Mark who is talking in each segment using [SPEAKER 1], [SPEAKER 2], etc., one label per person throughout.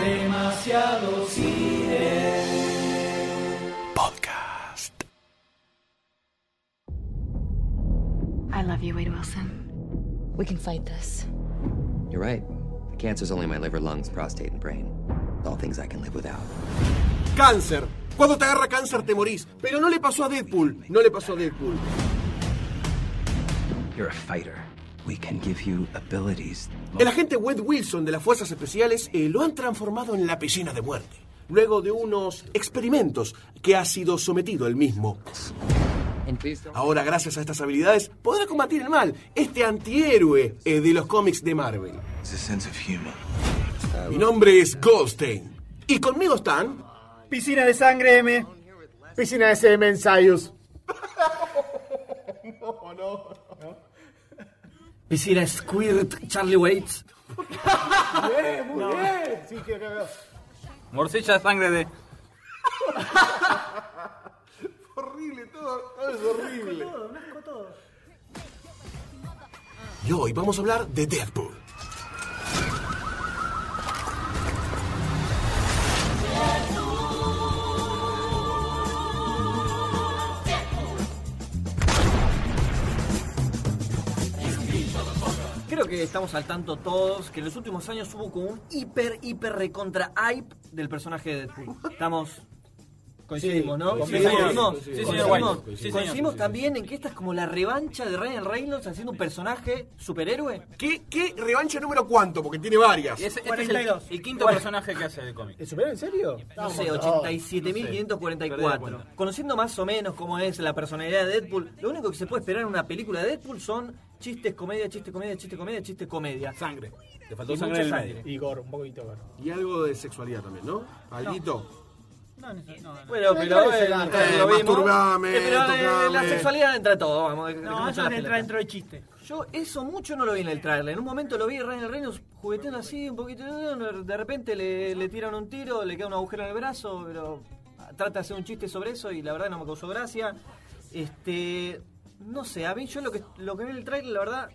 [SPEAKER 1] Demasiado
[SPEAKER 2] Podcast.
[SPEAKER 3] I love you, Wade Wilson. We can fight this.
[SPEAKER 4] You're right. The cancer's only my liver, lungs, prostate, and brain. All things I can live without.
[SPEAKER 5] Cáncer. Cuando te agarra cáncer te morís. Pero no le pasó a Deadpool. No le pasó a Deadpool.
[SPEAKER 4] You're a fighter. We can give you abilities.
[SPEAKER 5] El agente Wed Wilson de las Fuerzas Especiales eh, lo han transformado en la piscina de muerte. Luego de unos experimentos que ha sido sometido él mismo.
[SPEAKER 4] And please don't.
[SPEAKER 5] Ahora, gracias a estas habilidades, podrá combatir el mal. Este antihéroe eh, de los cómics de Marvel. Mi nombre es Goldstein. Y conmigo están...
[SPEAKER 6] Piscina de sangre M. Piscina de semen Sayus.
[SPEAKER 1] Piscina Squirt Charlie Waits.
[SPEAKER 7] Morcilla de sangre de.
[SPEAKER 5] Y hoy vamos a hablar de Deadpool.
[SPEAKER 8] Creo que estamos al tanto todos que en los últimos años hubo como un hiper, hiper recontra hype del personaje de Deadpool. Estamos. Coincidimos, ¿no?
[SPEAKER 7] coincidimos,
[SPEAKER 8] Coincidimos,
[SPEAKER 7] sí, señor.
[SPEAKER 8] coincidimos.
[SPEAKER 7] Sí, señor.
[SPEAKER 8] Coincidimos también en que esta es como la revancha de Ryan Reynolds haciendo un personaje superhéroe.
[SPEAKER 5] ¿Qué, qué revancha número cuánto? Porque tiene varias.
[SPEAKER 7] Y ese- este es
[SPEAKER 8] 42.
[SPEAKER 7] el, el quinto personaje que hace de cómic.
[SPEAKER 6] ¿El superhéroe en serio?
[SPEAKER 8] No sé,
[SPEAKER 7] Perdí la cuenta.
[SPEAKER 8] 87.544. Conociendo más o menos cómo es la personalidad de Deadpool, lo único que se puede esperar en una película de Deadpool son chistes, comedia, chiste, comedia, chiste, comedia, chiste, comedia.
[SPEAKER 7] Sangre. Te faltó
[SPEAKER 8] Y
[SPEAKER 7] sangre
[SPEAKER 8] mucha
[SPEAKER 7] en el
[SPEAKER 8] sangre.
[SPEAKER 7] medio.
[SPEAKER 6] Y Gore, un poquito Gore.
[SPEAKER 5] Y algo de sexualidad también, ¿no? Alguito.
[SPEAKER 8] Bueno,
[SPEAKER 6] No
[SPEAKER 8] pero
[SPEAKER 6] entra en
[SPEAKER 8] eh,
[SPEAKER 6] ese
[SPEAKER 8] eh,
[SPEAKER 5] largo.
[SPEAKER 8] lo vimos.
[SPEAKER 5] Masturbame,
[SPEAKER 8] Eh, pero, eh, la
[SPEAKER 5] tocame.
[SPEAKER 8] sexualidad entra todo, vamos. dejemos
[SPEAKER 9] No, eso
[SPEAKER 8] las
[SPEAKER 9] no entra
[SPEAKER 8] pelotas.
[SPEAKER 9] dentro del chiste.
[SPEAKER 8] Yo eso mucho no lo vi en el trailer. En un momento lo vi a Ryan Reynolds jugueteando así un poquito. De repente le, le tiran un tiro, le queda un agujero en el brazo, pero trata de hacer un chiste sobre eso y la verdad no me causó gracia. Este, no sé, a mí yo lo que lo que vi en el trailer la verdad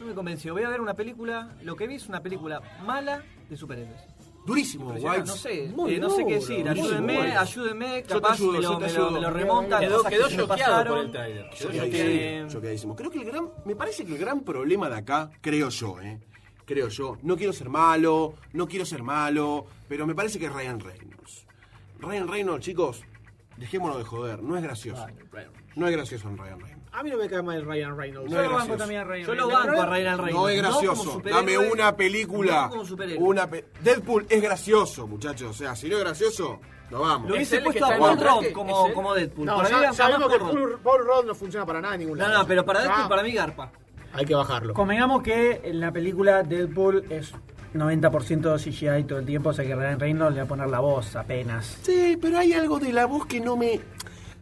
[SPEAKER 8] no me convenció. Voy a ver una película, lo que vi es una película mala de superhéroes.
[SPEAKER 5] Durísimo, Whites.
[SPEAKER 8] No sé,
[SPEAKER 6] Muy
[SPEAKER 8] eh, no sé qué
[SPEAKER 6] duro,
[SPEAKER 8] decir.
[SPEAKER 6] muy
[SPEAKER 8] Ayúdenme,
[SPEAKER 5] duro.
[SPEAKER 8] ayúdenme,
[SPEAKER 5] te
[SPEAKER 8] capaz
[SPEAKER 5] ayudo,
[SPEAKER 8] me
[SPEAKER 5] yo
[SPEAKER 8] lo-
[SPEAKER 5] te
[SPEAKER 8] me lo-
[SPEAKER 5] ayudo.
[SPEAKER 8] me lo remontan.
[SPEAKER 7] Quedó,
[SPEAKER 8] cosas que
[SPEAKER 7] quedó
[SPEAKER 8] se me
[SPEAKER 7] choqueado por
[SPEAKER 8] pasaron.
[SPEAKER 7] el trailer.
[SPEAKER 5] Yo
[SPEAKER 8] Este,
[SPEAKER 5] quedadísimo, yo quedadísimo. Creo que el gran, me parece que el gran problema de acá, creo yo, ¿eh? Creo yo, no quiero ser malo, no quiero ser malo, pero me parece que es Ryan Reynolds. Ryan Reynolds, chicos, dejémonos de joder, no es gracioso. No es gracioso en Ryan Reynolds.
[SPEAKER 6] A mí no me cae mal el Ryan Reynolds.
[SPEAKER 5] No
[SPEAKER 9] Yo
[SPEAKER 5] es
[SPEAKER 9] lo banco
[SPEAKER 5] gracioso.
[SPEAKER 9] también a
[SPEAKER 8] Yo
[SPEAKER 9] Ryan
[SPEAKER 8] lo
[SPEAKER 9] Reynolds.
[SPEAKER 8] banco a Ryan Reynolds.
[SPEAKER 5] No es
[SPEAKER 8] como
[SPEAKER 5] gracioso. Dame
[SPEAKER 8] superhéroe,
[SPEAKER 5] una película.
[SPEAKER 8] No como superhéroe.
[SPEAKER 5] Una pe- Deadpool es gracioso, muchachos. O sea, si no es gracioso, no vamos.
[SPEAKER 8] Lo
[SPEAKER 7] ¿Es
[SPEAKER 8] hubiese
[SPEAKER 7] él el que
[SPEAKER 8] puesto
[SPEAKER 7] está
[SPEAKER 8] a
[SPEAKER 7] en
[SPEAKER 8] Paul
[SPEAKER 7] el traje?
[SPEAKER 8] Rudd como,
[SPEAKER 7] ¿Es él?
[SPEAKER 8] como Deadpool.
[SPEAKER 6] No,
[SPEAKER 8] para mí
[SPEAKER 6] ya,
[SPEAKER 8] era
[SPEAKER 6] sabemos
[SPEAKER 8] más
[SPEAKER 6] que
[SPEAKER 8] Paul Rudd.
[SPEAKER 6] Paul, Paul Rudd no funciona para nada en ningún
[SPEAKER 8] No,
[SPEAKER 6] lado.
[SPEAKER 8] no, pero para Deadpool,
[SPEAKER 6] Ah,
[SPEAKER 8] para mí, Garpa.
[SPEAKER 6] Hay que bajarlo.
[SPEAKER 9] Convengamos que en la película Deadpool es 90% CGI todo el tiempo, o sea que Ryan Reynolds le va a poner la voz apenas.
[SPEAKER 5] Sí, pero hay algo de la voz que no me.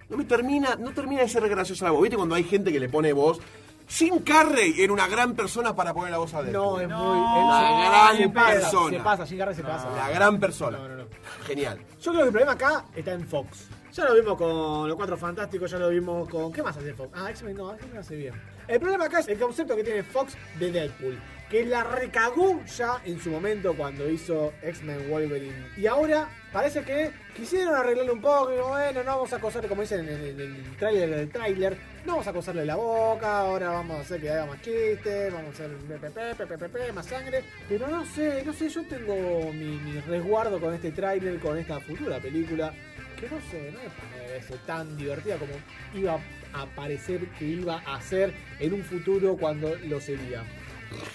[SPEAKER 5] No me termina. No termina de ser graciosa la voz. ¿Viste cuando hay gente que le pone voz? Jim Carrey era una gran persona para poner la voz a
[SPEAKER 6] No,
[SPEAKER 5] Deadpool.
[SPEAKER 6] es muy. es-
[SPEAKER 5] la gran
[SPEAKER 6] se pasa,
[SPEAKER 5] persona.
[SPEAKER 6] Se pasa, Jim Carrey se pasa.
[SPEAKER 5] La gran persona.
[SPEAKER 6] No, no, no.
[SPEAKER 5] Genial.
[SPEAKER 6] Yo creo que el problema acá está en Fox. Ya lo vimos con Los Cuatro Fantásticos, ya lo vimos con... ¿Qué más hace Fox? Ah, X-Men no, X-Men hace bien. El problema acá es el concepto que tiene Fox de Deadpool, que la recagó ya en su momento cuando hizo X-Men Wolverine. Y ahora parece que quisieron arreglarle un poco, y bueno, no vamos a acosarle, como dicen en el, en el tráiler del tráiler, no vamos a acosarle la boca, ahora vamos a hacer que haga más chistes, vamos a hacer PPP, PPP, más sangre. Pero no sé, no sé, yo tengo mi, mi resguardo con este tráiler, con esta futura película, que no sé, no es para verse tan divertida como iba a parecer que iba a ser en un futuro cuando lo sería.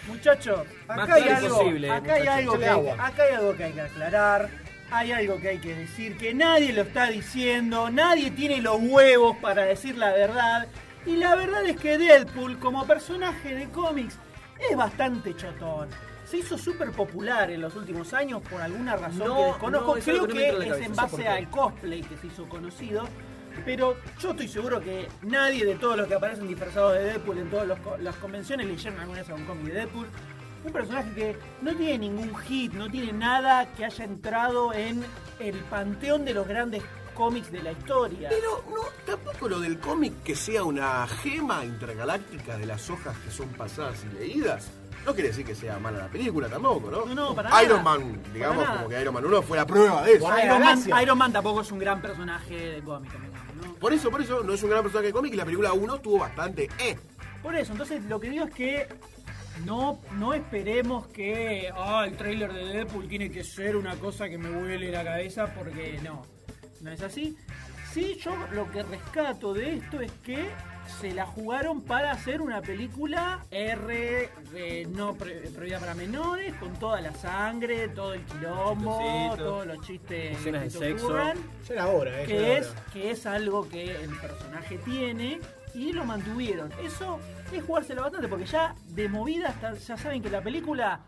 [SPEAKER 9] Muchachos,
[SPEAKER 8] Más
[SPEAKER 9] Ah. acá hay
[SPEAKER 8] claro
[SPEAKER 9] algo,
[SPEAKER 8] imposible,
[SPEAKER 9] acá hay
[SPEAKER 6] muchachos.
[SPEAKER 9] algo que
[SPEAKER 6] Échale
[SPEAKER 9] hay, que-
[SPEAKER 6] agua.
[SPEAKER 9] acá hay algo que hay que aclarar, hay algo que hay que decir, que nadie lo está diciendo, nadie tiene los huevos para decir la verdad. Y la verdad es que Deadpool, como personaje de cómics, es bastante chotón. Se hizo súper popular en los últimos años por alguna razón
[SPEAKER 8] No,
[SPEAKER 9] que desconozco.
[SPEAKER 8] no, es algo
[SPEAKER 9] Creo
[SPEAKER 8] que
[SPEAKER 9] que,
[SPEAKER 8] no me entra en la
[SPEAKER 9] es
[SPEAKER 8] cabeza,
[SPEAKER 9] en
[SPEAKER 8] no sé por
[SPEAKER 9] base
[SPEAKER 8] qué.
[SPEAKER 9] al cosplay que se hizo conocido. Pero yo estoy seguro que nadie de todos los que aparecen disfrazados de Deadpool en todas los co- las convenciones leyeron alguna vez algún cómic de Deadpool. Un personaje que no tiene ningún hit, no tiene nada que haya entrado en el panteón de los grandes cómics de la historia.
[SPEAKER 5] Pero no, tampoco lo del cómic que sea una gema intergaláctica de las hojas que son pasadas y leídas. No quiere decir que sea mala la película tampoco, ¿no?
[SPEAKER 9] No, no, para
[SPEAKER 5] Iron
[SPEAKER 9] nada.
[SPEAKER 5] Man, digamos,
[SPEAKER 9] nada.
[SPEAKER 5] como que Iron Man 1 fue la prueba de eso.
[SPEAKER 6] Por ahí
[SPEAKER 9] Iron Man,
[SPEAKER 6] galaxia.
[SPEAKER 9] Iron Man tampoco es un gran personaje de cómic. ¿no?
[SPEAKER 5] Por eso, por eso, no es un gran personaje de cómic y la película 1 tuvo bastante eh.
[SPEAKER 9] Por eso, entonces lo que digo es que no, no esperemos que "Ah, el trailer de Deadpool tiene que ser una cosa que me huele la cabeza porque no, no es así. Sí, yo lo que rescato de esto es que se la jugaron para hacer una película R, eh, no pre- prohibida para menores, con toda la sangre, todo el quilombo,
[SPEAKER 7] Chistecitos.
[SPEAKER 9] todos los chistes
[SPEAKER 7] Escenas
[SPEAKER 9] que
[SPEAKER 7] de
[SPEAKER 9] se
[SPEAKER 7] sexo.
[SPEAKER 9] ocurran
[SPEAKER 6] Ya era hora, eh. ya
[SPEAKER 9] que
[SPEAKER 6] era
[SPEAKER 9] es,
[SPEAKER 6] hora.
[SPEAKER 9] que es algo que el personaje tiene y lo mantuvieron. Eso es jugárselo bastante porque ya de movida hasta- ya saben que la película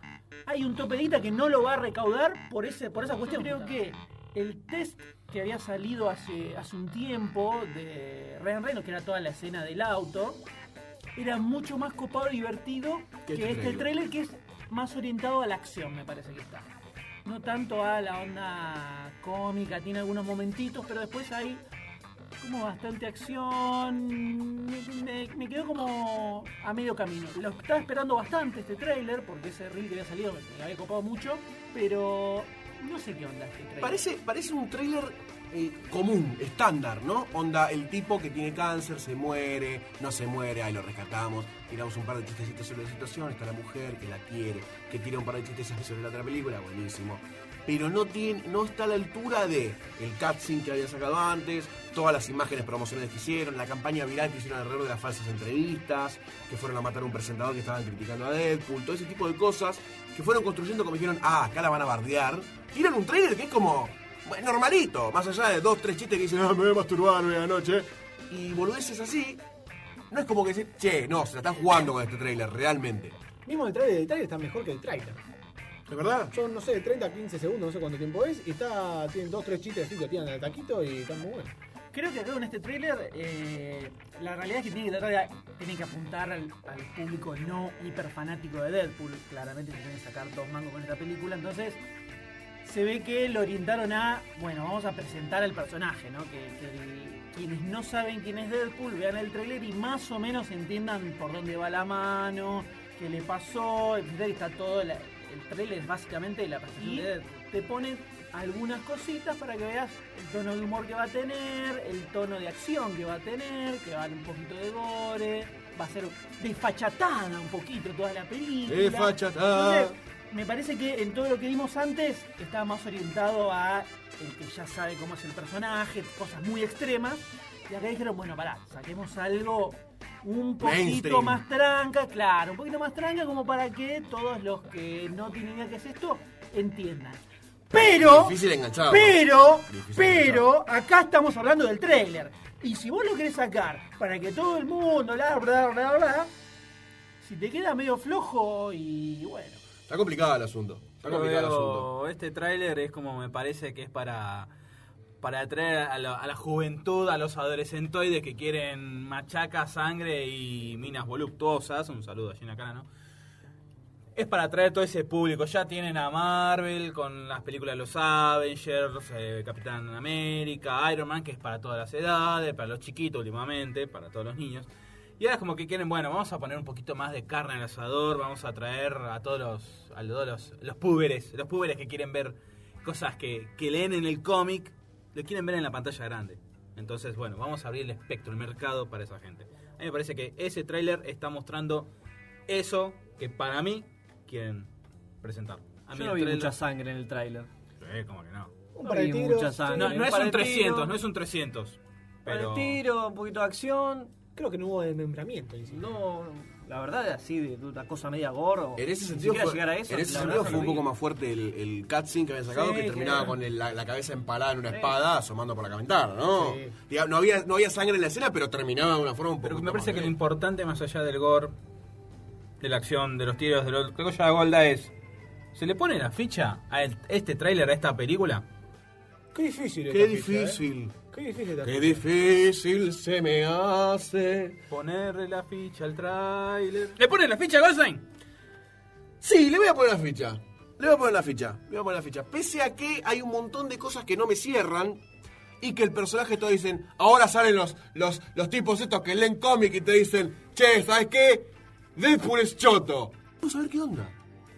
[SPEAKER 9] hay un tope de guita que no lo va a recaudar por ese por esa cuestión. Creo que el test que había salido hace, hace un tiempo de Ryan Reynolds, que era toda la escena del auto, era mucho más copado y divertido
[SPEAKER 5] Que este
[SPEAKER 9] que este
[SPEAKER 5] trailer.
[SPEAKER 9] trailer que es más orientado a la acción, me parece que está. No tanto a la onda cómica, tiene algunos momentitos, pero después hay como bastante acción. Me, me- me quedo como a medio camino. Lo estaba esperando bastante este trailer, porque ese reel que había salido me había copado mucho, pero no sé qué onda este trailer.
[SPEAKER 5] Parece, parece un tráiler eh, común, estándar, ¿no? Onda, el tipo que tiene cáncer se muere, no se muere, ahí lo rescatamos, tiramos un par de chistecitos sobre la situación, está la mujer que la quiere, que tira un par de chistecitos sobre la otra película, buenísimo. Pero no, tiene, no está a la altura de el cutscene que había sacado antes, todas las imágenes promocionales que hicieron, la campaña viral que hicieron alrededor de las falsas entrevistas, que fueron a matar a un presentador que estaban criticando a Deadpool, todo ese tipo de cosas que fueron construyendo como dijeron, ah, acá la van a bardear. Tiran un trailer que es como bueno, normalito, más allá de dos, tres chistes que dicen, ah, me voy a masturbar hoy a la noche. Y boludeces así, no es como que decir, che, no, se la están jugando con este trailer, realmente.
[SPEAKER 6] Mismo el trailer del trailer está mejor que el trailer.
[SPEAKER 5] ¿De verdad?
[SPEAKER 6] Son, no sé, de 30 a 15 segundos, no sé cuánto tiempo es, y está, tienen dos, tres chistes así que tiran al taquito y están muy buenos.
[SPEAKER 9] Creo que acá en este tráiler eh, la realidad es que tiene que tratar de- tiene que apuntar al, al público no hiper fanático de Deadpool. Claramente tienen que sacar dos mangos con esta película, entonces se ve que lo orientaron a, bueno, vamos a presentar al personaje, ¿no? Que, que el- quienes no saben quién es Deadpool vean el tráiler y más o menos entiendan por dónde va la mano, qué le pasó, etcétera, y está todo la- el tráiler es básicamente la presentación de Deadpool. Te ponen algunas cositas para que veas el tono de humor que va a tener, el tono de acción que va a tener, que va a haber un poquito de gore, va a ser desfachatada un poquito toda la película.
[SPEAKER 5] Desfachatada.
[SPEAKER 9] Entonces, me parece que en todo lo que vimos antes estaba más orientado a el que ya sabe cómo es el personaje, cosas muy extremas. Y acá dijeron, bueno, pará, saquemos algo un poquito
[SPEAKER 5] Mainstream.
[SPEAKER 9] más tranca, claro, un poquito más tranca como para que todos los que no tienen idea qué es esto entiendan. Pero,
[SPEAKER 5] Difícil engancharlo.
[SPEAKER 9] pero,
[SPEAKER 5] Difícil
[SPEAKER 9] pero, acá estamos hablando del tráiler. Y si vos lo querés sacar para que todo el mundo, bla, bla, bla, bla, si te queda medio flojo y bueno.
[SPEAKER 5] Está complicado el asunto. Está
[SPEAKER 7] Yo
[SPEAKER 5] complicado el asunto.
[SPEAKER 7] veo- este tráiler es como me parece que es para para atraer a la, a la juventud, a los adolescentoides que quieren machaca, sangre y minas voluptuosas. Un saludo a Gina Carano. Es para atraer todo ese público. Ya tienen a Marvel con las películas de los Avengers, eh, Capitán América, Iron Man, que es para todas las edades, para los chiquitos últimamente, para todos los niños. Y ahora es como que quieren, bueno, vamos a poner un poquito más de carne al asador, vamos a traer a todos los, a todos los, los púberes, los púberes que quieren ver cosas que, que leen en el cómic, lo quieren ver en la pantalla grande. Entonces, bueno, vamos a abrir el espectro, el mercado para esa gente. A mí me parece que ese tráiler está mostrando eso que para mí quieren presentar. A mí
[SPEAKER 8] Yo
[SPEAKER 7] el
[SPEAKER 8] no vi
[SPEAKER 7] tráiler-
[SPEAKER 8] mucha sangre en el tráiler.
[SPEAKER 7] Sí, como que no.
[SPEAKER 6] Un
[SPEAKER 8] No
[SPEAKER 6] par de
[SPEAKER 8] vi
[SPEAKER 6] tiros.
[SPEAKER 8] mucha sangre.
[SPEAKER 7] No,
[SPEAKER 8] un
[SPEAKER 7] no es
[SPEAKER 8] par
[SPEAKER 7] un
[SPEAKER 8] de tiros,
[SPEAKER 7] 300, no es un 300.
[SPEAKER 8] Pero...
[SPEAKER 7] Pero...
[SPEAKER 8] El tiro, un poquito de acción.
[SPEAKER 6] Creo que no hubo desmembramiento. encima.
[SPEAKER 8] No, la verdad, así, de, de una cosa media gordo.
[SPEAKER 5] En ese sentido,
[SPEAKER 8] siquiera
[SPEAKER 5] fue,
[SPEAKER 8] llegar a eso,
[SPEAKER 5] en ese
[SPEAKER 8] la
[SPEAKER 5] sentido
[SPEAKER 8] verdad,
[SPEAKER 5] fue un
[SPEAKER 8] no
[SPEAKER 5] poco
[SPEAKER 8] vi.
[SPEAKER 5] más fuerte el, el cutscene que habían sacado,
[SPEAKER 8] Sí,
[SPEAKER 5] que terminaba
[SPEAKER 8] claro.
[SPEAKER 5] con el- la, la cabeza empalada en una espada, asomando por la ventana, ¿no?
[SPEAKER 6] Sí.
[SPEAKER 5] Diga- no, había, no había sangre en la escena, pero terminaba de una forma un poco.
[SPEAKER 7] Pero me parece que lo importante más allá del gore, de la acción, de los tiros, de lo que cosa Golda es. ¿Se le pone la ficha a el- este tráiler, a esta película?
[SPEAKER 6] Qué difícil
[SPEAKER 5] Qué
[SPEAKER 6] esta ficha,
[SPEAKER 5] difícil.
[SPEAKER 6] ¿eh? Qué difícil esta
[SPEAKER 5] Qué
[SPEAKER 6] ficha.
[SPEAKER 5] difícil se me hace.
[SPEAKER 7] Ponerle la ficha al tráiler. ¿Le pone la ficha a Goldstein?
[SPEAKER 5] Sí, le voy a poner la ficha. Le voy a poner la ficha. Le voy a poner la ficha. Pese a que hay un montón de cosas que no me cierran. y que el personaje todos dicen, ahora salen los, los, los tipos estos que leen cómic y te dicen, che, ¿sabes qué? Deadpool es choto. Vamos a ver qué onda.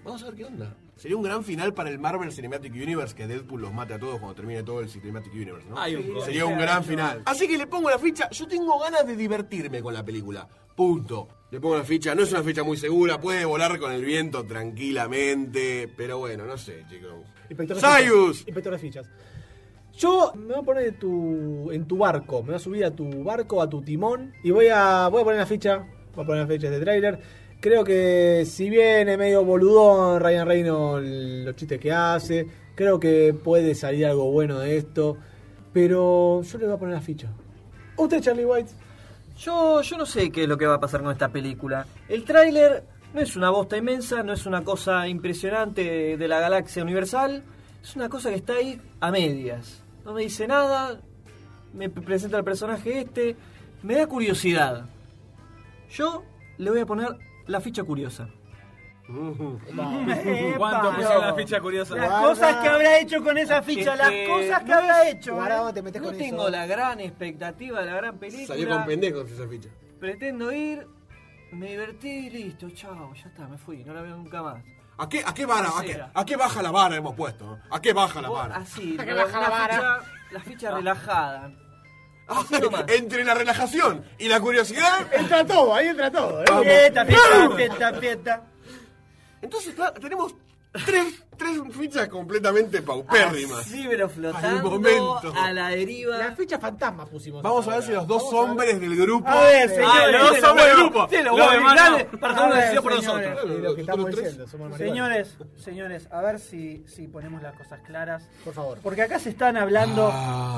[SPEAKER 5] Vamos a ver qué onda. Sería un gran final para el Marvel Cinematic Universe que Deadpool los mate a todos cuando termine todo el Cinematic Universe, ¿no?
[SPEAKER 7] Hay un
[SPEAKER 5] Sería un gran final. Así que le pongo la ficha, yo tengo ganas de divertirme con la película. Punto. Le pongo la ficha, no es una ficha muy segura, puede volar con el viento tranquilamente, pero bueno, no sé, chicos.
[SPEAKER 6] Inspector de
[SPEAKER 5] ¡Sayus!
[SPEAKER 6] fichas. Inspector de fichas. Yo me voy a poner en tu, en tu barco, me voy a subir a tu barco, a tu timón, y voy a, voy a poner la ficha, voy a poner las fechas de tráiler. Creo que si viene medio boludón Ryan Reynolds los chistes que hace, creo que puede salir algo bueno de esto, pero yo le voy a poner la ficha. ¿Usted, Charlie White?
[SPEAKER 8] Yo, yo no sé qué es lo que va a pasar con esta película. El tráiler no es una bosta inmensa, no es una cosa impresionante de la galaxia universal. Es una cosa que está ahí a medias. No me dice nada, me p- presenta el personaje este, me da curiosidad. Yo le voy a poner la ficha curiosa.
[SPEAKER 7] ¿Cuánto Ah, puso la ficha curiosa?
[SPEAKER 9] Las cosas que habrá hecho con esa ficha, las
[SPEAKER 8] Eh,
[SPEAKER 9] cosas que
[SPEAKER 8] no
[SPEAKER 9] habrá hecho. ¿eh?
[SPEAKER 10] Guarda, te metes
[SPEAKER 8] No
[SPEAKER 10] con
[SPEAKER 8] tengo
[SPEAKER 10] eso.
[SPEAKER 8] la gran expectativa de la gran película.
[SPEAKER 5] Salió con pendejos esa ficha.
[SPEAKER 8] Pretendo ir, me divertí y listo, chao, ya está, me fui, no la veo nunca más.
[SPEAKER 5] ¿A qué, a qué vara? ¿A qué, a qué baja la vara hemos puesto? ¿no? ¿A qué baja la
[SPEAKER 8] Vos,
[SPEAKER 5] vara?
[SPEAKER 8] Así, la, la ficha, la ficha relajada. Así nomás.
[SPEAKER 5] Ah, Entre la relajación y la curiosidad.
[SPEAKER 6] Entra todo, ahí entra todo. ¿eh?
[SPEAKER 9] Fiesta, fiesta, fiesta, fiesta.
[SPEAKER 5] Entonces está- tenemos tres, tres fichas completamente paupérrimas.
[SPEAKER 8] Así, pero
[SPEAKER 5] Al
[SPEAKER 8] flotando
[SPEAKER 5] momento.
[SPEAKER 8] a la deriva.
[SPEAKER 6] La ficha fantasma pusimos.
[SPEAKER 5] Vamos a ver si los dos hombres del grupo.
[SPEAKER 9] A ver,
[SPEAKER 7] Ah,
[SPEAKER 9] señores.
[SPEAKER 7] los dos somos el grupo.
[SPEAKER 8] Te lo
[SPEAKER 7] Los
[SPEAKER 8] voy a
[SPEAKER 7] demás
[SPEAKER 8] brindar
[SPEAKER 7] no.
[SPEAKER 8] para
[SPEAKER 9] A
[SPEAKER 8] tomar una
[SPEAKER 9] ver,
[SPEAKER 8] decisión por
[SPEAKER 9] señores.
[SPEAKER 8] nosotros.
[SPEAKER 6] Y lo que estamos diciendo, somos marihuana.
[SPEAKER 9] Señores, señores, a ver si, si ponemos las cosas claras.
[SPEAKER 6] Por favor.
[SPEAKER 9] Porque acá se están hablando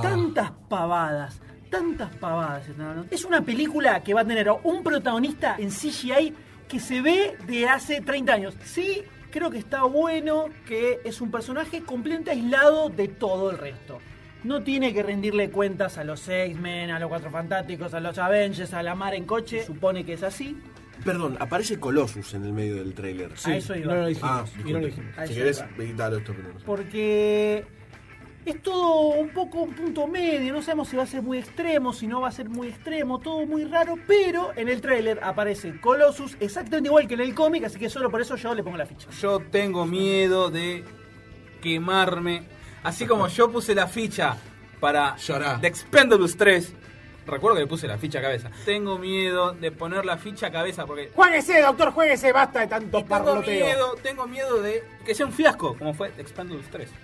[SPEAKER 9] tantas pavadas, tantas pavadas. se están hablando. Es una película que va a tener un protagonista en CGI que se ve de hace 30 años. Sí, creo que está bueno que es un personaje completamente aislado de todo el resto. No tiene que rendirle cuentas a los X-Men, a los Cuatro Fantásticos, a los Avengers, a la mar en coche. Se supone que es así.
[SPEAKER 5] Perdón, aparece Colossus en el medio del tráiler.
[SPEAKER 9] a eso iba.
[SPEAKER 6] No lo dijimos.
[SPEAKER 5] Ah,
[SPEAKER 6] y no lo
[SPEAKER 5] disculpe.
[SPEAKER 6] dijimos.
[SPEAKER 9] Ahí
[SPEAKER 5] Si
[SPEAKER 9] se
[SPEAKER 5] querés,
[SPEAKER 9] va.
[SPEAKER 5] editalo esto que no sé.
[SPEAKER 9] porque es todo un poco un punto medio, no sabemos si va a ser muy extremo, si no va a ser muy extremo, todo muy raro, pero en el tráiler aparece Colossus exactamente igual que en el cómic, así que solo por eso yo le pongo la ficha.
[SPEAKER 7] Yo tengo miedo de quemarme. Así como yo puse la ficha para
[SPEAKER 5] Llorá.
[SPEAKER 7] The Expendables 3. Recuerdo que le puse la ficha a cabeza. Tengo miedo de poner la ficha a cabeza porque.
[SPEAKER 6] Jueguese, doctor, jueguese, basta de tanto
[SPEAKER 7] Tengo
[SPEAKER 6] parloteo.
[SPEAKER 7] miedo, tengo miedo de que sea un fiasco, como fue The Expendables 3. Así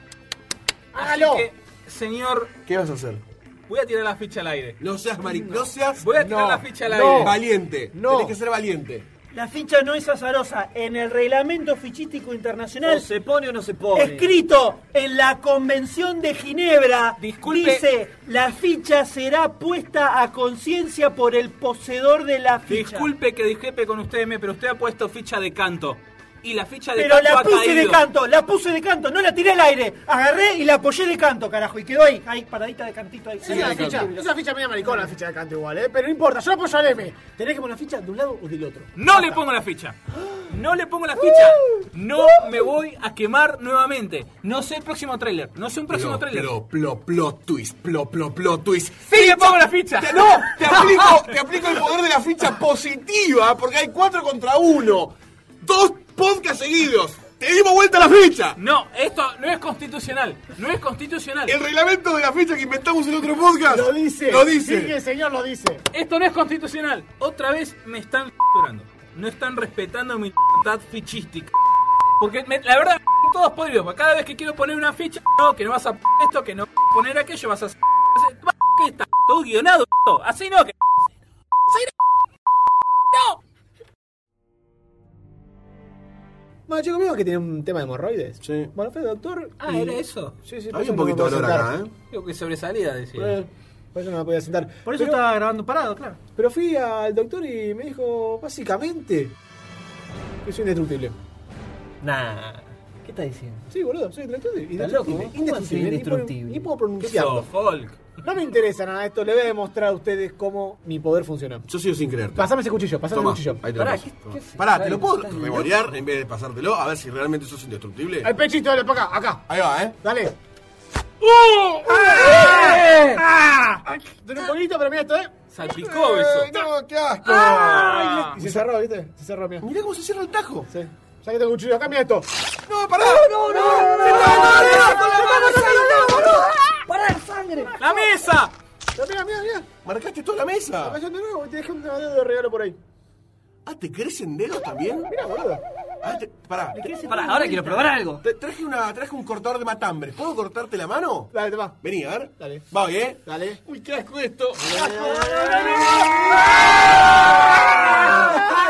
[SPEAKER 6] Hágalo.
[SPEAKER 7] que, señor,
[SPEAKER 5] ¿Qué vas a hacer?
[SPEAKER 7] voy a tirar la ficha al aire.
[SPEAKER 5] No seas maricón. No seas
[SPEAKER 7] Voy a tirar
[SPEAKER 6] No,
[SPEAKER 7] la ficha al
[SPEAKER 6] no.
[SPEAKER 7] aire.
[SPEAKER 5] valiente.
[SPEAKER 6] No.
[SPEAKER 5] Tenés que ser valiente.
[SPEAKER 9] La ficha no es azarosa, en el reglamento fichístico internacional
[SPEAKER 8] O se pone o no se pone.
[SPEAKER 9] Escrito en la Convención de Ginebra,
[SPEAKER 7] Disculpe.
[SPEAKER 9] dice, la ficha será puesta a conciencia por el poseedor de la ficha.
[SPEAKER 7] Disculpe que discrepe con usted, M, pero usted ha puesto ficha de canto. Y la ficha de
[SPEAKER 9] Pero
[SPEAKER 7] canto
[SPEAKER 9] la
[SPEAKER 7] ha
[SPEAKER 9] puse de
[SPEAKER 7] caído.
[SPEAKER 9] canto, la puse de canto, no la tiré al aire. Agarré y la apoyé de canto, carajo. Y quedó ahí, ahí, paradita de cantito ahí.
[SPEAKER 6] Es una, ficha, es una ficha media maricona la ficha de canto igual, ¿eh? Pero no importa, yo apoyo al M. Tenés que poner la ficha de un lado o del otro.
[SPEAKER 7] No le pongo la ficha. No le pongo la ficha. No me voy a quemar nuevamente. No sé el próximo tráiler. No sé un próximo
[SPEAKER 5] Plo,
[SPEAKER 7] tráiler.
[SPEAKER 5] plo, plo, plot twist, plo, plo, plot twist.
[SPEAKER 7] Sí, le pongo la ficha.
[SPEAKER 5] Te- no, te aplico, te aplico el poder de la ficha positiva, porque hay cuatro contra uno. Dos podcasts seguidos. Te dimos vuelta a la ficha.
[SPEAKER 7] No, esto no es constitucional. No es constitucional.
[SPEAKER 5] El reglamento de la ficha que inventamos en otro podcast.
[SPEAKER 6] Lo dice.
[SPEAKER 5] Lo
[SPEAKER 6] Sí,
[SPEAKER 5] dice.
[SPEAKER 6] que el señor lo dice.
[SPEAKER 7] Esto no es constitucional. Otra vez me están llorando. No están respetando mi libertad fichística. Porque me- la verdad, todos podridos. porque Cada vez que quiero poner una ficha, no, que no vas a esto, que no vas a poner aquello, vas a hacer. que está todo guionado. Así no, que. Así no. No.
[SPEAKER 6] Bueno, chicos, vimos que tiene un tema de hemorroides.
[SPEAKER 5] Sí.
[SPEAKER 6] Bueno, fue doctor.
[SPEAKER 7] Ah,
[SPEAKER 6] y-
[SPEAKER 7] ¿era eso?
[SPEAKER 6] Sí, sí, por
[SPEAKER 5] Hay
[SPEAKER 6] eso
[SPEAKER 5] un
[SPEAKER 6] no me
[SPEAKER 5] poquito de
[SPEAKER 6] puedo
[SPEAKER 5] olor
[SPEAKER 6] sentar.
[SPEAKER 5] acá, ¿eh?
[SPEAKER 7] Digo que sobresalía, decía.
[SPEAKER 6] Eh, Por eso no me podía sentar.
[SPEAKER 9] Por eso
[SPEAKER 6] pero,
[SPEAKER 9] estaba grabando parado, claro.
[SPEAKER 6] pero fui al doctor y me dijo, básicamente, que soy indestructible.
[SPEAKER 8] Nah. ¿Qué estás diciendo?
[SPEAKER 6] Sí, boludo, soy indestructible.
[SPEAKER 8] ¿Estás loco? ¿Cómo vas a ser
[SPEAKER 6] Indestructible. Ni puedo-
[SPEAKER 8] indestructible?
[SPEAKER 6] Ni puedo
[SPEAKER 7] ¿Qué
[SPEAKER 6] pronunciarlo.
[SPEAKER 7] sos, Hulk?
[SPEAKER 6] No me interesa nada esto. Le voy a demostrar a ustedes cómo mi poder funciona.
[SPEAKER 5] Yo sigo sin creerte.
[SPEAKER 6] Pasame ese cuchillo, pasame
[SPEAKER 5] Toma,
[SPEAKER 6] ese cuchillo.
[SPEAKER 5] ahí te lo
[SPEAKER 8] Pará,
[SPEAKER 5] paso.
[SPEAKER 8] ¿qué-
[SPEAKER 5] Toma.
[SPEAKER 8] qué haces?
[SPEAKER 5] Pará, ¿te lo
[SPEAKER 8] Ay,
[SPEAKER 5] puedo
[SPEAKER 8] estás loco.
[SPEAKER 5] revolear en vez de pasártelo? A ver si realmente sos indestructible.
[SPEAKER 6] Al pechito, dale ¡Eh! para acá, acá.
[SPEAKER 5] Ahí va, ¿eh?
[SPEAKER 6] Dale.
[SPEAKER 9] ¡Uh! ¡Eh!
[SPEAKER 6] Tiene Ah. un poquito, pero mira esto, ¿eh?
[SPEAKER 7] Salpicó eso.
[SPEAKER 5] ¡No, qué asco!
[SPEAKER 6] Y se cerró, ¿viste? Se cerró, mira.
[SPEAKER 5] Mirá cómo se cierra el tajo.
[SPEAKER 6] Sí. Ya que tengo un cuchillo acá, mira esto.
[SPEAKER 5] ¡No, pará! ¡No,
[SPEAKER 7] ¡La mesa!
[SPEAKER 6] Pero mira, mira, mira.
[SPEAKER 5] Marcaste toda la mesa.
[SPEAKER 6] Acá de nuevo y te dejé un dedo de regalo por ahí.
[SPEAKER 5] Ah, ¿te crecen dedos también?
[SPEAKER 6] Mira, boludo.
[SPEAKER 5] Ah, te- pará. te-
[SPEAKER 8] Pará, ahora quiero probar algo.
[SPEAKER 5] te- traje, una, traje un cortador de matambre. ¿Puedo cortarte la mano?
[SPEAKER 6] Dale, te va.
[SPEAKER 5] Vení, a ver.
[SPEAKER 6] Dale.
[SPEAKER 5] Voy, ¿eh?
[SPEAKER 6] Dale.
[SPEAKER 5] Uy, qué asco esto.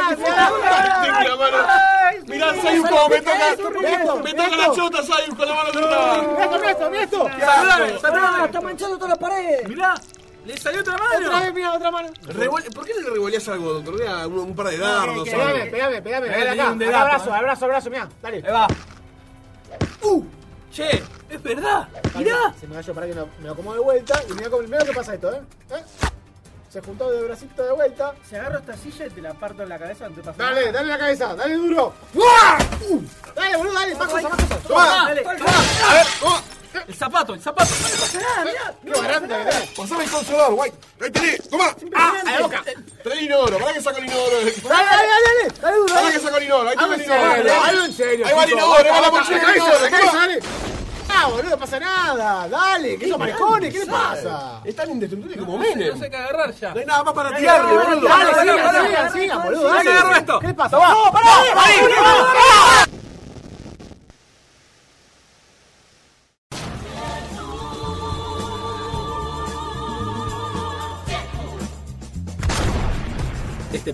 [SPEAKER 5] Tengo la mano. Mirá, Sayus, cómo me toca. Me toca la chota, Sayus, con la mano cortada.
[SPEAKER 6] Mira esto, mira esto, mira esto.
[SPEAKER 7] ¡Saludame!
[SPEAKER 10] Ah,
[SPEAKER 7] ¡Saludame!
[SPEAKER 10] está manchando todas las paredes.
[SPEAKER 7] ¡Mirá! ¡Le salió otra
[SPEAKER 6] Otra
[SPEAKER 7] mano!
[SPEAKER 6] vez, mira, otra mano.
[SPEAKER 5] Revol- ¿Por qué no le revoleás algo, doctor? Dea Un, un par de dardos.
[SPEAKER 6] Pegame,
[SPEAKER 5] algo.
[SPEAKER 6] pegame, pegame.
[SPEAKER 7] Pegale
[SPEAKER 6] Dale
[SPEAKER 7] ahí
[SPEAKER 6] acá.
[SPEAKER 7] un
[SPEAKER 6] Acá,
[SPEAKER 7] dedazo,
[SPEAKER 6] abrazo,
[SPEAKER 7] eh.
[SPEAKER 6] abrazo, abrazo, mira. Dale.
[SPEAKER 7] Ahí va. Che, es verdad. Mirá.
[SPEAKER 6] Se me cayó para que me, me lo acomodo de vuelta. Y mira cómo mira lo que pasa esto, ¿eh? ¿Eh? Se juntó de bracito de vuelta.
[SPEAKER 9] Se agarro esta silla y te la parto en la cabeza, no te pasa
[SPEAKER 6] Dale,
[SPEAKER 9] nada.
[SPEAKER 6] dale la cabeza, dale duro. ¡Uah! Uh. Dale, boludo, dale, más cosas, más cosas.
[SPEAKER 5] Tomá.
[SPEAKER 9] Dale,
[SPEAKER 5] A ver, toma.
[SPEAKER 7] El zapato, el zapato. No le pasa nada.
[SPEAKER 6] Qué grande que tenés.
[SPEAKER 5] Pasame el consolador, guay. Ahí tenés. Toma.
[SPEAKER 6] Ah, a la boca.
[SPEAKER 5] Trae el inodoro. Pará que saco el inodoro. eh.
[SPEAKER 6] Dale, dale, dale, dale, dale duro.
[SPEAKER 5] Pará
[SPEAKER 6] Dale,
[SPEAKER 5] que saco el inodoro. Ahí tengo
[SPEAKER 6] Hazlo
[SPEAKER 5] el
[SPEAKER 6] en
[SPEAKER 5] inodoro.
[SPEAKER 6] serio, hazlo en serio.
[SPEAKER 5] Ahí va el
[SPEAKER 6] chico.
[SPEAKER 5] inodoro. Ahí va la
[SPEAKER 6] Basta,
[SPEAKER 5] mochila.
[SPEAKER 6] la
[SPEAKER 5] del
[SPEAKER 6] cabeza, la
[SPEAKER 5] inodoro.
[SPEAKER 6] cabeza,
[SPEAKER 5] Toma.
[SPEAKER 6] dale. Ah, boludo, no pasa nada. Dale, que son maricones, ¿qué le pasa?
[SPEAKER 5] Están indestructibles como
[SPEAKER 7] No
[SPEAKER 5] Menem.
[SPEAKER 7] sé qué agarrar ya.
[SPEAKER 5] No hay nada más para tirarle, boludo.
[SPEAKER 6] Dale,
[SPEAKER 7] pará,
[SPEAKER 6] sigan,
[SPEAKER 7] pará,
[SPEAKER 6] sigan,
[SPEAKER 7] pará,
[SPEAKER 6] sigan, boludo,
[SPEAKER 7] pará,
[SPEAKER 6] dale.
[SPEAKER 7] que agarro esto.
[SPEAKER 6] ¿Qué le pasa? No, pará,
[SPEAKER 7] Este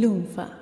[SPEAKER 10] Lunfa.